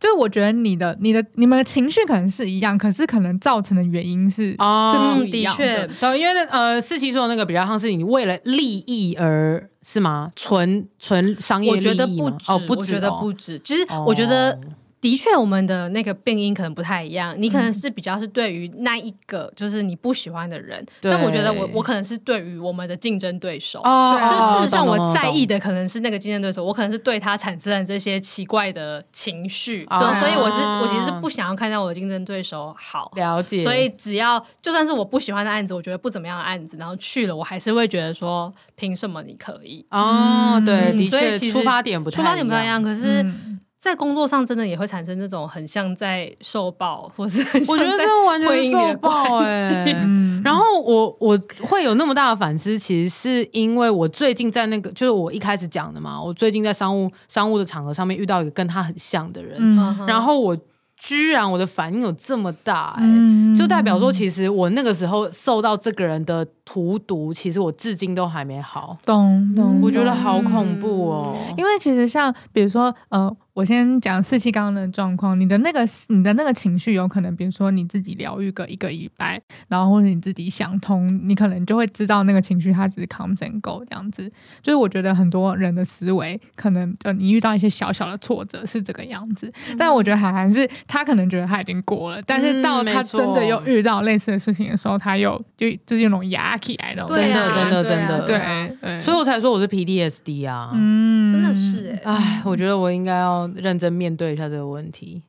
Speaker 3: 就是我觉得你的、你的、你们的情绪可能是一样，可是可能造成的原因是、
Speaker 2: 哦
Speaker 3: 是不
Speaker 5: 嗯，
Speaker 3: 一
Speaker 5: 的
Speaker 3: 样
Speaker 5: 确
Speaker 3: 的。，
Speaker 2: 对，因为那呃，四期说的那个比较像是你为了利益而是吗？纯纯商业
Speaker 5: 我
Speaker 2: 利益吗
Speaker 5: 觉得不止，
Speaker 2: 哦，不
Speaker 5: 我
Speaker 2: 止
Speaker 5: 觉得
Speaker 2: 哦
Speaker 5: 不止。其实
Speaker 2: 哦
Speaker 5: 我觉得的确，我们的那个病因可能不太一样，你可
Speaker 2: 嗯
Speaker 5: 能是比较是对于那一个就是你不喜欢的人，
Speaker 2: 对
Speaker 5: 但我觉得我我可能是对于我们的竞争对手。
Speaker 2: 哦，
Speaker 3: 对
Speaker 5: 就
Speaker 2: 哦
Speaker 5: 是事实上，
Speaker 2: 懂懂
Speaker 5: 我在意
Speaker 2: 懂
Speaker 5: 的可能是那个竞争对手，我可能是对他产生了这些奇怪的情绪，
Speaker 2: 啊
Speaker 5: 对，所以我是我其实是不想要看到我的竞争对手好，
Speaker 2: 了解，
Speaker 5: 所以只要就算是我不喜欢的案子，我觉得不怎么样的案子，然后去了，我还是会觉得说，凭什么你可以？
Speaker 2: 哦，对，
Speaker 3: 嗯
Speaker 2: 的
Speaker 5: 所以
Speaker 2: 确
Speaker 5: 其实
Speaker 2: 出发点不太
Speaker 5: 出发点不太一样，可是
Speaker 3: 嗯
Speaker 5: 在工作上真的也会产生这种很像在受暴，或是很像
Speaker 2: 我觉得
Speaker 5: 在
Speaker 2: 这完全
Speaker 5: 婚
Speaker 2: 是
Speaker 5: 姻里
Speaker 2: 受
Speaker 5: 的
Speaker 2: 爆
Speaker 5: 关系
Speaker 2: 哎、
Speaker 3: 嗯
Speaker 2: 然后我我会有那么大的反思，其实是因为我最近在那个，就是我一开始讲的嘛，我最近在商务商务的场合上面遇到一个跟他很像的人，
Speaker 5: 嗯
Speaker 3: 嗯
Speaker 5: 哼
Speaker 2: 然后我居然我的反应有这么大、哎、
Speaker 3: 嗯
Speaker 2: 就代表说，其实我那个时候受到这个人的荼毒，其实我至今都还没好，
Speaker 3: 嗯懂懂，
Speaker 2: 我觉得
Speaker 3: 懂
Speaker 2: 好恐怖哦。
Speaker 3: 因为其实像比如说呃，我先讲四七刚刚的状况，你的那个你的那个情绪有可能，比如说你自己疗愈个一个礼拜，然后或者你自己想通，你可能就会知道那个情绪它只是 comes and go 这样子。就是我觉得很多人的思维，可能呃你遇到一些小小的挫折是这个样子，但我觉得海涵是他可能觉得他已经过了，但是
Speaker 2: 嗯
Speaker 3: 到
Speaker 2: 嗯
Speaker 3: 他
Speaker 2: 没错
Speaker 3: 真的又遇到类似的事情的时候，他又就就是有那种压起来的那种
Speaker 2: 真
Speaker 5: 对
Speaker 3: 感
Speaker 2: 的
Speaker 5: 啊
Speaker 3: 觉，
Speaker 2: 真的
Speaker 5: 对啊
Speaker 2: 真的，
Speaker 5: 对
Speaker 3: 对对，
Speaker 2: 所以我才说我是 PDSD 啊。
Speaker 3: 嗯
Speaker 5: 真的是哎、
Speaker 2: 唉，我觉得我应该要认真面对一下这个问题。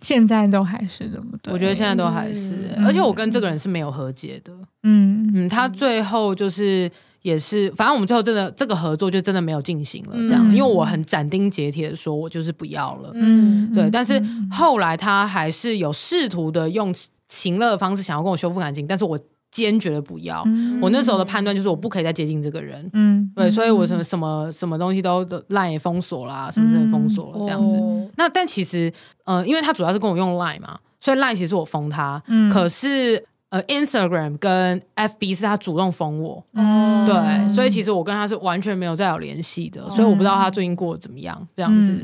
Speaker 3: 现在都还是这么对，
Speaker 2: 我觉得现在都还是、
Speaker 3: 嗯
Speaker 2: 而且我跟这个人是没有和解的。
Speaker 3: 嗯
Speaker 2: 嗯，他最后就是也是，反正我们最后真的这个合作就真的没有进行了，这样、
Speaker 3: 嗯
Speaker 2: 因为我很斩钉截铁的说，我就是不要了。
Speaker 3: 嗯，
Speaker 2: 对，
Speaker 3: 嗯
Speaker 2: 但是
Speaker 3: 嗯
Speaker 2: 后来他还是有试图的用情乐的方式想要跟我修复感情，但是我坚决的不要。
Speaker 3: 嗯
Speaker 2: 我那时候的判断就是我不可以再接近这个人。
Speaker 3: 嗯
Speaker 2: 对，所以我什么什么什么东西都都 line 也封锁啦，什么什么
Speaker 3: 嗯
Speaker 2: 封锁了这样子。
Speaker 5: 哦
Speaker 2: 那但其实，呃，因为他主要是跟我用 Line 嘛，所以 Line 其实我封他，
Speaker 3: 嗯
Speaker 2: 可是呃，Instagram 跟 FB 是他主动封我，
Speaker 3: 嗯
Speaker 2: 对，
Speaker 3: 嗯
Speaker 2: 所以其实我跟他是完全没有再有联系的，所以我不知道他最近过得怎么样，这
Speaker 3: 这
Speaker 2: 样子，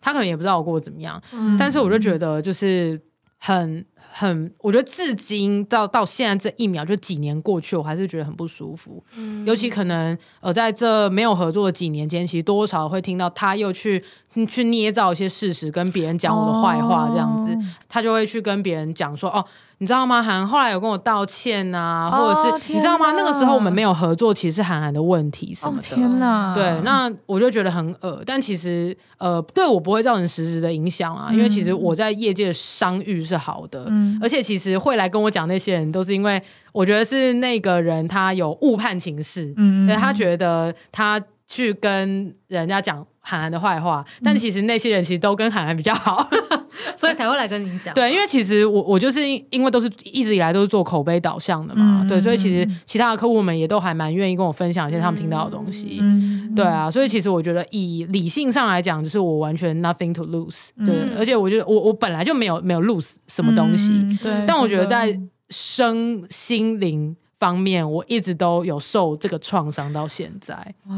Speaker 2: 他可能也不知道我过得怎么样，
Speaker 3: 嗯
Speaker 2: 但是我就觉得就是很。很，我觉得至今到到现在这一秒，就几年过去，我还是觉得很不舒服。
Speaker 3: 嗯
Speaker 5: 嗯
Speaker 2: 尤其可能呃，在这没有合作的几年间，其实多少会听到他又去嗯去捏造一些事实，跟别人讲我的坏话，这样子，
Speaker 3: 哦
Speaker 2: 他就会去跟别人讲说，哦，你知道吗？韩后来有跟我道歉啊，
Speaker 3: 哦
Speaker 2: 或者是
Speaker 3: 天
Speaker 2: 你知道吗？
Speaker 3: 哪
Speaker 2: 那个时候我们没有合作，其实是韩寒的问题什
Speaker 3: 哦
Speaker 2: 么的。
Speaker 3: 天哪，
Speaker 2: 对，那我就觉得很恶，但其实呃，对我不会造成实质的影响啊，因为其实我在业界商誉是好的，
Speaker 3: 嗯
Speaker 2: 而且其实会来跟我讲那些人，都是因为我觉得是那个人他有误判情势，
Speaker 3: 嗯
Speaker 2: 对他觉得他去跟人家讲韩寒的坏话，
Speaker 3: 嗯
Speaker 2: 但其实那些人其实都跟韩寒比较好，
Speaker 5: 所以才会来跟你讲。
Speaker 2: 对，因为其实我我就是因为都是一直以来都是做口碑导向的嘛，
Speaker 3: 嗯
Speaker 2: 对，所以其实
Speaker 3: 嗯
Speaker 2: 其他的客户们也都还蛮愿意跟我分享一些他们听到的东西。
Speaker 3: 嗯
Speaker 2: 对啊，所以其实我觉得以理性上来讲，就是我完全 nothing to lose，对，
Speaker 3: 嗯
Speaker 2: 而且我觉得我我本来就没有没有 lose 什么东西，
Speaker 3: 嗯对，
Speaker 2: 但我觉得
Speaker 3: 真的
Speaker 2: 在身心灵方面，我一直都有受这个创伤到现在。
Speaker 3: 哇。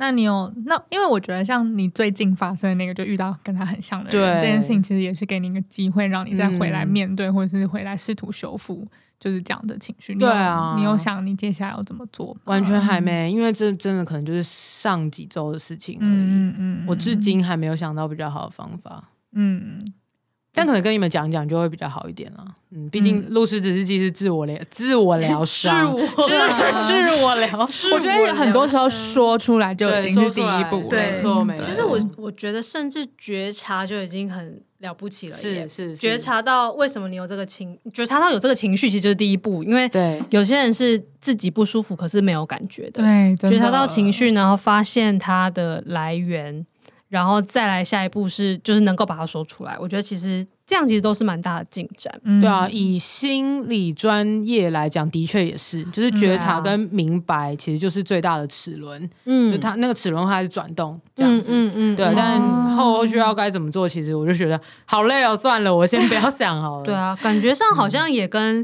Speaker 3: 那你有那？因为我觉得像你最近发生的那个，就遇到跟他很像的人，
Speaker 2: 对
Speaker 3: 这件事情其实也是给你一个机会，让你再回来
Speaker 2: 嗯
Speaker 3: 面对，或者是回来试图修复，就是这样的情绪。你
Speaker 2: 对
Speaker 3: 有
Speaker 2: 啊
Speaker 3: 你有想你接下来要怎么做吗？
Speaker 2: 完全还没，因为这真的可能就是上几周的事情而已。
Speaker 3: 嗯，嗯嗯嗯，
Speaker 2: 我至今还没有想到比较好的方法，
Speaker 3: 嗯，
Speaker 2: 但可能跟你们讲一讲就会比较好一点了。嗯，毕竟
Speaker 3: 嗯
Speaker 2: 《露丝指日记》是自我疗、自我疗伤，
Speaker 5: 是我
Speaker 2: 是 是我疗伤。
Speaker 3: 我觉得很多时候说出来就已经是第一步了。
Speaker 2: 对，
Speaker 5: 对
Speaker 2: 没错没错。
Speaker 5: 其实我我觉得，甚至觉察就已经很了不起了耶，
Speaker 2: 是是是
Speaker 5: 觉察到为什么你有这个情，觉察到有这个情绪，其实就是第一步。因为
Speaker 2: 对，
Speaker 5: 有些人是自己不舒服，可是没有感觉的，
Speaker 3: 对，真的
Speaker 5: 觉察到情，绪，然后发现它的来源，然后再来下一步是就是能够把它说出来。我觉得其实这样其实都是蛮大的进展。
Speaker 3: 嗯
Speaker 2: 对啊，以心理专业来讲，的确也是，就是觉察
Speaker 5: 嗯
Speaker 2: 跟明白，其实就是最大的齿轮，
Speaker 5: 嗯
Speaker 2: 就它那个齿轮它是转动这样子。
Speaker 5: 嗯嗯，
Speaker 2: 对，
Speaker 5: 嗯
Speaker 2: 但
Speaker 3: 哦
Speaker 2: 后续要该怎么做，其实我就觉得好累哦，算了，我先不要想好了。
Speaker 5: 对，啊，感觉上好像也跟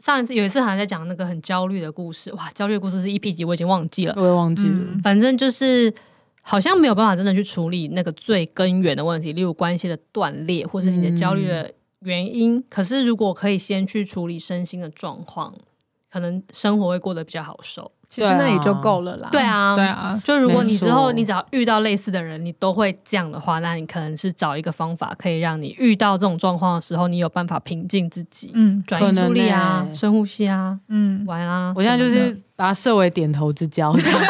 Speaker 5: 上一次有一次好像在讲那个很焦虑的故事，哇，焦虑的故事是一 P 集，我已经忘记了。
Speaker 2: 我也忘记了。
Speaker 3: 嗯
Speaker 5: 反正就是好像没有办法真的去处理那个最根源的问题，例如关系的断裂，或是你的焦虑的原因。可是如果可以先去处理身心的状况，可能生活会过得比较好受。
Speaker 3: 其实那也就够了啦。
Speaker 5: 对啊
Speaker 3: 对啊，
Speaker 5: 就如果你之
Speaker 2: 没错
Speaker 5: 后你只要遇到类似的人，你都会这样的话，那你可能是找一个方法，可以让你遇到这种状况的时候，你有办法平静自己，
Speaker 3: 嗯
Speaker 5: 转移注意啊
Speaker 2: 可，能欸
Speaker 5: 深呼吸啊，
Speaker 3: 嗯，
Speaker 5: 玩啊。
Speaker 2: 我现在就
Speaker 5: 什么的
Speaker 2: 是把它设为点头之交， 这样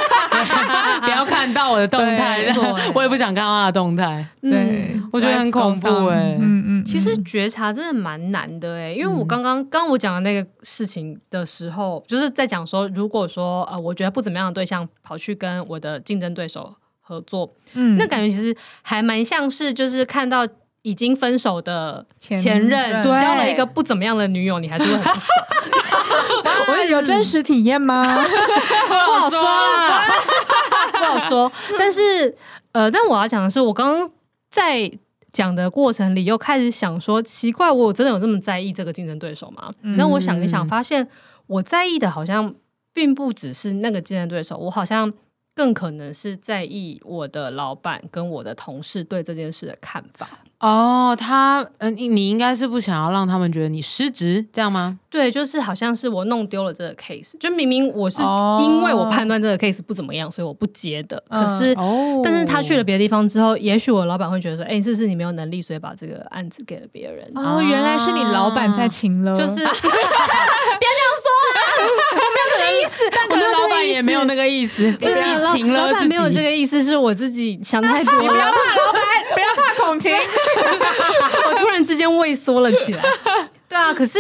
Speaker 2: 不要看到我的动态
Speaker 5: 对没错，
Speaker 2: 我也不想看到他的动态。
Speaker 5: 嗯
Speaker 3: 对，
Speaker 2: 我觉得很恐怖欸
Speaker 3: 嗯嗯，
Speaker 5: 其实觉察真的蛮难的哎、因为我刚刚刚我讲的那个事情的时候，就是在讲说，如果说呃，我觉得不怎么样的对象跑去跟我的竞争对手合作，
Speaker 3: 嗯
Speaker 5: 那感觉其实还蛮像是就是看到已经分手的
Speaker 3: 前
Speaker 5: 前任
Speaker 3: 任
Speaker 5: 交了一个不怎么样的女友，你还是会很不爽，
Speaker 3: 我啊有真实体验吗？
Speaker 2: 不好说啊啦，
Speaker 5: 啊不 好说。但是呃，但我要讲的是，我刚刚在。讲的过程里，又开始想说，奇怪，我真的有这么在意这个竞争对手吗？那我想一想，
Speaker 2: 嗯
Speaker 5: 发现我在意的好像并不只是那个竞争对手，我好像更可能是在意我的老板跟我的同事对这件事的看法。
Speaker 2: 哦，他嗯、呃你你应该是不想要让他们觉得你失职，这样吗？
Speaker 5: 对，就是好像是我弄丢了这个 case，就明明我是
Speaker 3: 哦
Speaker 5: 因为我判断这个 case 不怎么样，所以我不接的。
Speaker 3: 嗯
Speaker 5: 可是，
Speaker 2: 哦
Speaker 5: 但是他去了别的地方之后，也许我老板会觉得说，哎、是不是你没有能力，所以把这个案子给了别人？
Speaker 3: 哦，原来是你老板在请了，
Speaker 5: 啊 就是
Speaker 2: 但可能老板也没有那个意思，自己请
Speaker 5: 啊老
Speaker 2: 了自
Speaker 5: 板
Speaker 2: 己。
Speaker 5: 没有这个意思，是我自己想太多
Speaker 3: 你不要
Speaker 5: 了，
Speaker 3: 怕老板， 不要怕 孔晴，
Speaker 5: 我突然之间畏缩了起来。对啊，可是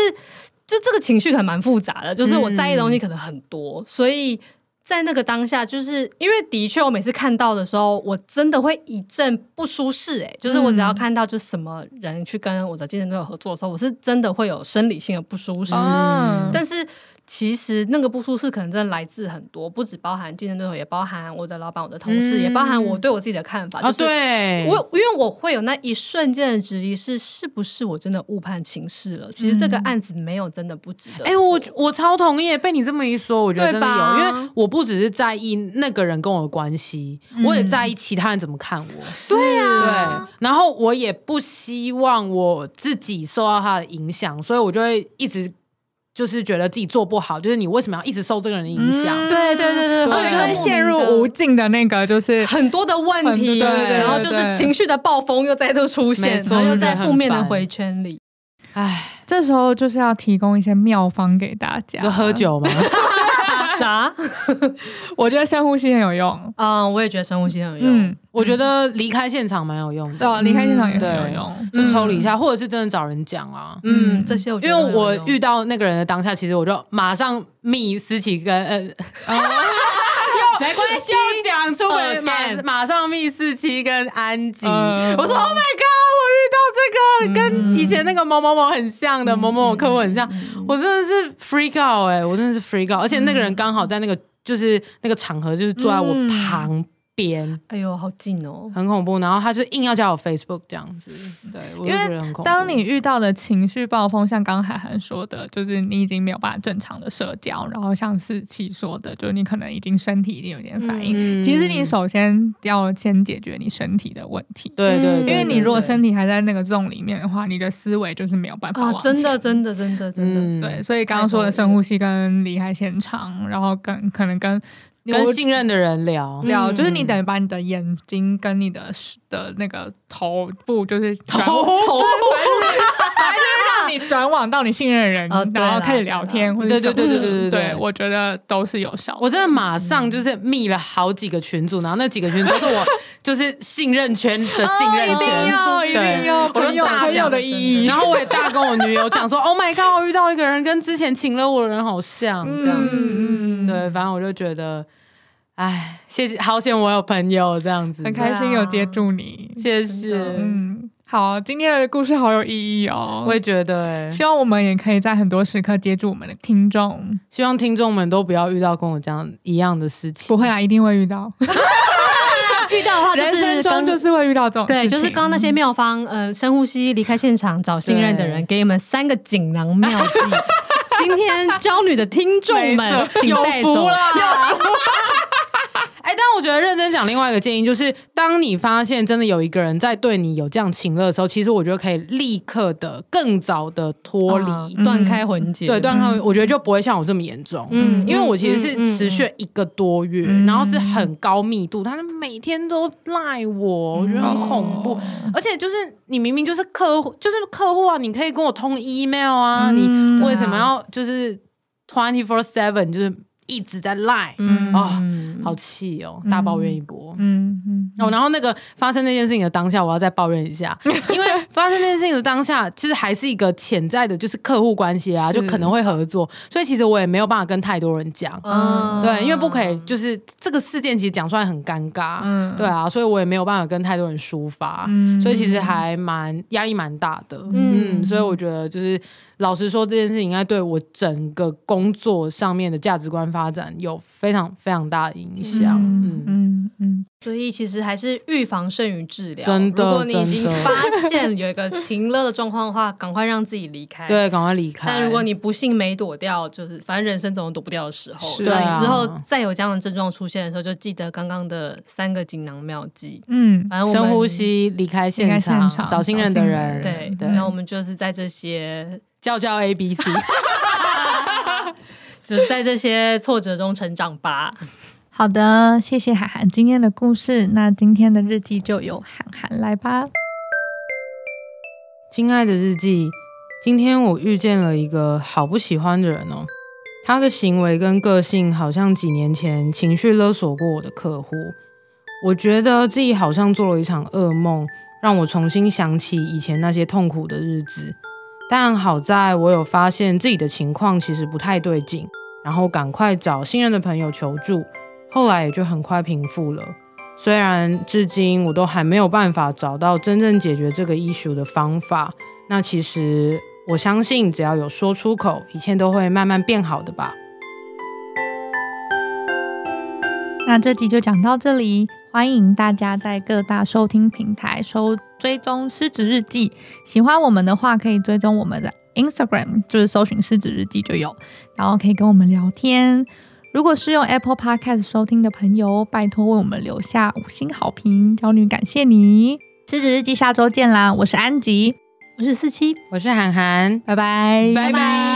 Speaker 5: 就这个情绪可能蛮复杂的，就是我在意的东西可能很多，所以在那个当下，就是因为的确我每次看到的时候，我真的会一阵不舒适、欸。哎，就是我只要看到就什么人去跟我的竞争对手合作的时候，我是真的会有生理性的不舒适。
Speaker 3: 嗯
Speaker 5: 但是其实那个不舒适可能真的来自很多，不只包含竞争对手，也包含我的老板、我的同事，
Speaker 2: 嗯
Speaker 5: 也包含我对我自己的看法。
Speaker 2: 啊，
Speaker 5: 就是
Speaker 2: 对，
Speaker 5: 我因为我会有那一瞬间的质疑是，是不是我真的误判情势了？其实这个案子没有真的不值得做。
Speaker 2: 哎、我我超同意，被你这么一说，我觉得真的
Speaker 5: 对
Speaker 2: 有，
Speaker 5: 吧
Speaker 2: 因为我不只是在意那个人跟我的关系，
Speaker 5: 嗯
Speaker 2: 我也在意其他人怎么看我。对啊，对，然后我也不希望我自己受到他的影响，所以我就会一直就是觉得自己做不好，就是你为什么要一直受这个人的影响？
Speaker 3: 嗯
Speaker 5: 对对对对，
Speaker 3: 然后你就
Speaker 5: 有
Speaker 3: 会
Speaker 5: 莫名
Speaker 3: 陷入
Speaker 5: 的
Speaker 3: 无尽的那个，就是
Speaker 5: 很多的问
Speaker 3: 很
Speaker 5: 题，
Speaker 3: 多对对对
Speaker 5: 然后就是情绪的暴风又再度出现
Speaker 2: 没，错
Speaker 5: 然后又在负面
Speaker 2: 真的
Speaker 5: 的
Speaker 2: 很烦
Speaker 5: 回圈里。
Speaker 2: 哎，
Speaker 3: 这时候就是要提供一些妙方给大家。
Speaker 2: 就喝，酒嘛，
Speaker 5: 啊啥？
Speaker 3: 我觉得深呼吸很有用。
Speaker 5: 嗯，我也觉得深呼吸很有用。
Speaker 3: 嗯，
Speaker 2: 我觉得离开现场蛮有用
Speaker 3: 对
Speaker 2: 的，
Speaker 3: 啊，离开现场也很有
Speaker 2: 对
Speaker 3: 用。
Speaker 2: 就抽离一下，或者是真的找人讲啊。
Speaker 5: 嗯，
Speaker 3: 嗯
Speaker 5: 这些我觉
Speaker 2: 因
Speaker 5: 得
Speaker 2: 为嗯我
Speaker 5: 很有用
Speaker 2: 遇到那个人的当下，其实我就马上密思琪跟呃， 没关系，又讲出来，
Speaker 5: 呃
Speaker 2: 马
Speaker 5: 干
Speaker 2: 马上密四七跟安吉，
Speaker 3: 嗯
Speaker 2: 我说 Oh my god，我遇到这个跟以前那个某某某很像的某某某客户很像，我真的是 freak out 哎，我真的是 freak out，而且那个人刚好在那个就是那个场合，就是坐在我
Speaker 3: 嗯
Speaker 2: 旁边，
Speaker 5: 哎呦，好近哦！
Speaker 2: 很恐怖，然后他就硬要加我 Facebook 这样子，对，我就
Speaker 3: 因为
Speaker 2: 觉得很恐怖。
Speaker 3: 当你遇到的情绪暴风，像刚海涵说的，就是你已经没有办法正常的社交，然后像四七说的，就是你可能已经身体已经有点反应。
Speaker 2: 嗯
Speaker 3: 其实你首先要先解决你身体的问题，
Speaker 2: 对对，
Speaker 5: 嗯
Speaker 2: 对
Speaker 3: 因为你如果
Speaker 5: 对
Speaker 3: 身体还在那个重里面的话，你的思维就是没有办法
Speaker 5: 啊，
Speaker 3: 往
Speaker 5: 真的，
Speaker 3: 前
Speaker 5: 真的，真的，真的，
Speaker 2: 嗯
Speaker 3: 对，所以刚刚说的深呼吸跟离开现场，然后跟可能跟
Speaker 2: 跟
Speaker 3: 有
Speaker 2: 信任的人聊。
Speaker 3: 聊，
Speaker 5: 嗯
Speaker 3: 就是你等于把你的眼睛跟你的的那个头部，就是转
Speaker 2: 头
Speaker 3: 就是反正就是反正就是让你转往到你信任的人，
Speaker 5: 哦对啦
Speaker 3: 然后开始聊天或者
Speaker 2: 对对对
Speaker 3: 什么
Speaker 2: 对
Speaker 3: 的
Speaker 2: 对对对对
Speaker 3: 对，我觉得都是有效的。
Speaker 2: 我真的马上就是密了好几个群组，然后那几个 群组都是我就是信任圈的信任
Speaker 3: 哦一定
Speaker 2: 圈。
Speaker 3: 要一定
Speaker 2: 对，
Speaker 3: 要
Speaker 2: 我
Speaker 3: 朋
Speaker 2: 就
Speaker 3: 友
Speaker 2: 大
Speaker 3: 朋友
Speaker 2: 讲
Speaker 3: 的意义
Speaker 2: 然。后我也大跟我女友讲 说：“Oh my god，我遇到一个人跟之前请了我的人好像。”这样子，
Speaker 3: 嗯嗯嗯
Speaker 2: 对，反正我就觉得，哎，谢谢，好险我有朋友这样子，
Speaker 3: 很开心有
Speaker 2: 啊
Speaker 3: 接住你，
Speaker 2: 谢谢，
Speaker 3: 嗯，好，今天的故事好有意义哦
Speaker 2: 我。也觉得、哎，
Speaker 3: 希望我们也可以在很多时刻接住我们的听众，
Speaker 2: 希望听众们都不要遇到跟我这样一样的事情。
Speaker 3: 不会啊，一定会遇到。
Speaker 5: 啊遇到的话就
Speaker 3: 人
Speaker 5: 是
Speaker 3: 生中
Speaker 5: 跟
Speaker 3: 就是会遇到这种事
Speaker 5: 对，
Speaker 3: 情，
Speaker 5: 就是刚刚那些妙方，呃，深呼吸，离开现场，找信任的人，
Speaker 2: 嗯对
Speaker 5: 给你们三个锦囊 妙计。今天娇女的听众
Speaker 2: 没
Speaker 5: 们
Speaker 2: 错，
Speaker 5: 请
Speaker 2: 有
Speaker 5: 带
Speaker 2: 福
Speaker 5: 走
Speaker 2: 啦！哎，但我觉得认真讲，另外一个建议就是，当你发现真的有一个人在对你有这样情乐的时候，其实我觉得可以立刻的、更早的脱离，
Speaker 5: 啊断开魂结，
Speaker 2: 对，断开。我觉得就不会像我这么严重。
Speaker 5: 嗯
Speaker 2: 因为我其实是持续一个多月，
Speaker 3: 嗯
Speaker 2: 然后是很高密度，他每天都赖我，我觉得
Speaker 3: 哦
Speaker 2: 很恐怖。而且就是你明明就是客户，就是客户啊，你可以跟我通 email 啊，
Speaker 3: 嗯
Speaker 2: 你为什么要就是 twenty four seven 就是一直在赖、
Speaker 3: 嗯
Speaker 2: 啊？好气哦，大抱怨一波。
Speaker 3: 嗯嗯
Speaker 2: 哦，然后那个发生那件事情的当下，我要再抱怨一 下，因为发生那件事情的当下，其实还是一个潜在的，就是客户关系啊，
Speaker 3: 是
Speaker 2: 就可能会合作，所以其实我也没有办法跟太多人讲，
Speaker 5: 嗯
Speaker 2: 对，因为不可以，就是这个事件其实讲出来很尴尬，
Speaker 3: 嗯
Speaker 2: 对啊，所以我也没有办法跟太多人抒发，
Speaker 3: 嗯
Speaker 2: 所以其实还蛮压力蛮大的，嗯
Speaker 5: 嗯
Speaker 2: 所以我觉得就是老实说，这件事情应该对我整个工作上面的价值观发展有非常非常大的影响。
Speaker 3: 嗯
Speaker 2: 嗯，
Speaker 3: 嗯嗯，
Speaker 5: 所以其实还是预防胜于治疗。
Speaker 2: 真的
Speaker 5: 如果你已经
Speaker 2: 真的
Speaker 5: 发现有一个情乐的状况的话，赶快让自己离开。。
Speaker 2: 对，赶快离开。
Speaker 5: 但如果你不幸没躲掉，就是反正人生总有躲不掉的时候。
Speaker 3: 是
Speaker 5: 那
Speaker 2: 对啊
Speaker 5: 你之后再有这样的症状出现的时候，就记得刚刚的三个锦囊妙计。
Speaker 3: 嗯，
Speaker 5: 反正我们
Speaker 2: 深呼，吸，离开现
Speaker 3: 离开
Speaker 2: 场，
Speaker 3: 现场
Speaker 2: 找信任的人，
Speaker 3: 找信
Speaker 5: 对，
Speaker 2: 对，
Speaker 5: 那我们就是在这些，
Speaker 2: 叫叫 A B C，
Speaker 5: 就是在这些挫折中成长吧。
Speaker 3: 好的，谢谢涵涵今天的故事。那今天的日记就由涵涵来吧。
Speaker 2: 亲爱的日记，今天我遇见了一个好不喜欢的人哦。他的行为跟个性好像几年前情绪勒索过我的客户，我觉得自己好像做了一场噩梦，让我重新想起以前那些痛苦的日子。但好在我有发现自己的情况其实不太对劲，然后赶快找信任的朋友求助，后来也就很快平复了。虽然至今我都还没有办法找到真正解决这个 issue 的方法，那其实我相信，只要有说出口，一切都会慢慢变好的吧。
Speaker 3: 那这集就讲到这里，欢迎大家在各大收听平台收追踪《失职日记》。喜欢我们的话，可以追踪我们的 Instagram，就是搜寻“失职日记”就有，然后可以跟我们聊天。如果是用 Apple Podcast 收听的朋友，拜托为我们留下五星好评，娇女感谢你。失职日记下周见啦！我是安吉，
Speaker 4: 我是四七，
Speaker 2: 我是涵涵，
Speaker 3: 拜拜，
Speaker 2: 拜拜。